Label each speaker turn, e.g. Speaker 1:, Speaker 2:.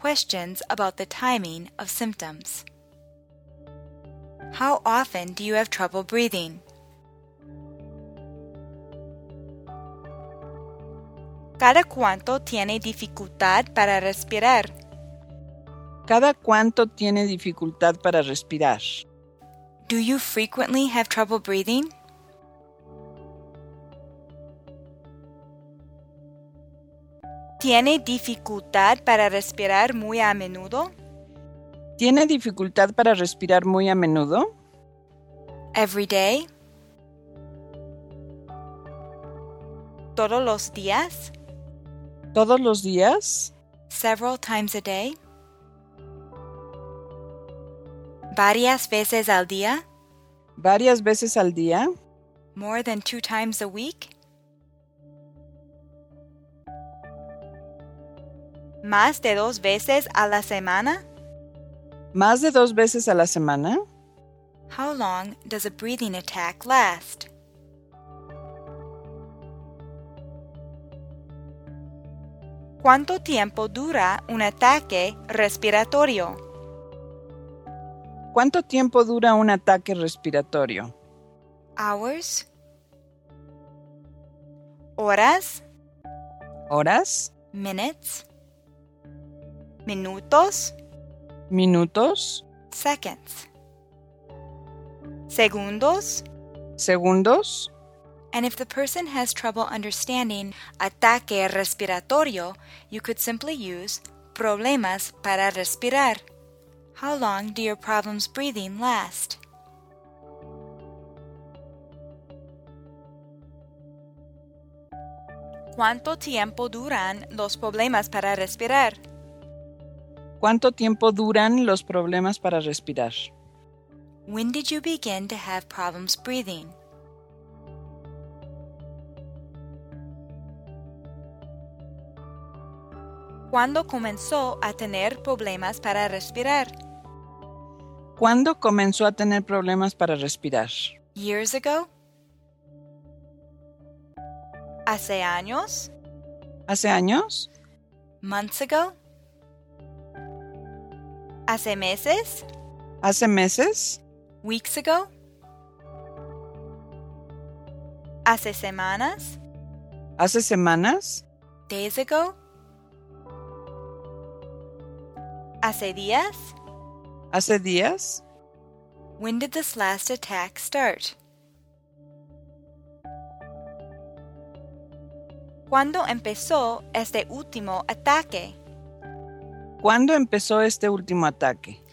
Speaker 1: Questions about the timing of symptoms. How often do you have trouble breathing? ¿Cada cuánto tiene dificultad para respirar?
Speaker 2: ¿Cada cuánto tiene dificultad para respirar?
Speaker 1: Do you frequently have trouble breathing? ¿Tiene dificultad para respirar muy a menudo?
Speaker 2: ¿Tiene dificultad para respirar muy a menudo?
Speaker 1: Every day? ¿Todos los días?
Speaker 2: ¿Todos los días?
Speaker 1: Several times a day? ¿Varias veces al día?
Speaker 2: ¿Varias veces al día?
Speaker 1: More than two times a week? ¿Más de dos veces a la semana?
Speaker 2: ¿Más de dos veces a la semana?
Speaker 1: How long does a breathing attack last? ¿Cuánto tiempo dura un ataque respiratorio?
Speaker 2: ¿Cuánto tiempo dura un ataque respiratorio?
Speaker 1: Hours? Horas?
Speaker 2: ¿Horas?
Speaker 1: Minutes? Minutos?
Speaker 2: ¿Minutos?
Speaker 1: Seconds? Segundos?
Speaker 2: ¿Segundos?
Speaker 1: And if the person has trouble understanding ataque respiratorio, you could simply use problemas para respirar. How long do your problems breathing last? ¿Cuánto tiempo duran los problemas para respirar?
Speaker 2: ¿Cuánto tiempo duran los problemas para respirar?
Speaker 1: When did you begin to have problems breathing? ¿Cuándo comenzó a tener problemas para respirar?
Speaker 2: ¿Cuándo comenzó a tener problemas para respirar?
Speaker 1: Years ago? ¿Hace años?
Speaker 2: ¿Hace años?
Speaker 1: Months ago? ¿Hace meses?
Speaker 2: ¿Hace meses?
Speaker 1: Weeks ago? ¿Hace semanas?
Speaker 2: ¿Hace semanas?
Speaker 1: Days ago? ¿Hace días?
Speaker 2: ¿Hace días?
Speaker 1: When did this last attack start? ¿Cuándo empezó este último ataque?
Speaker 2: ¿Cuándo empezó este último ataque?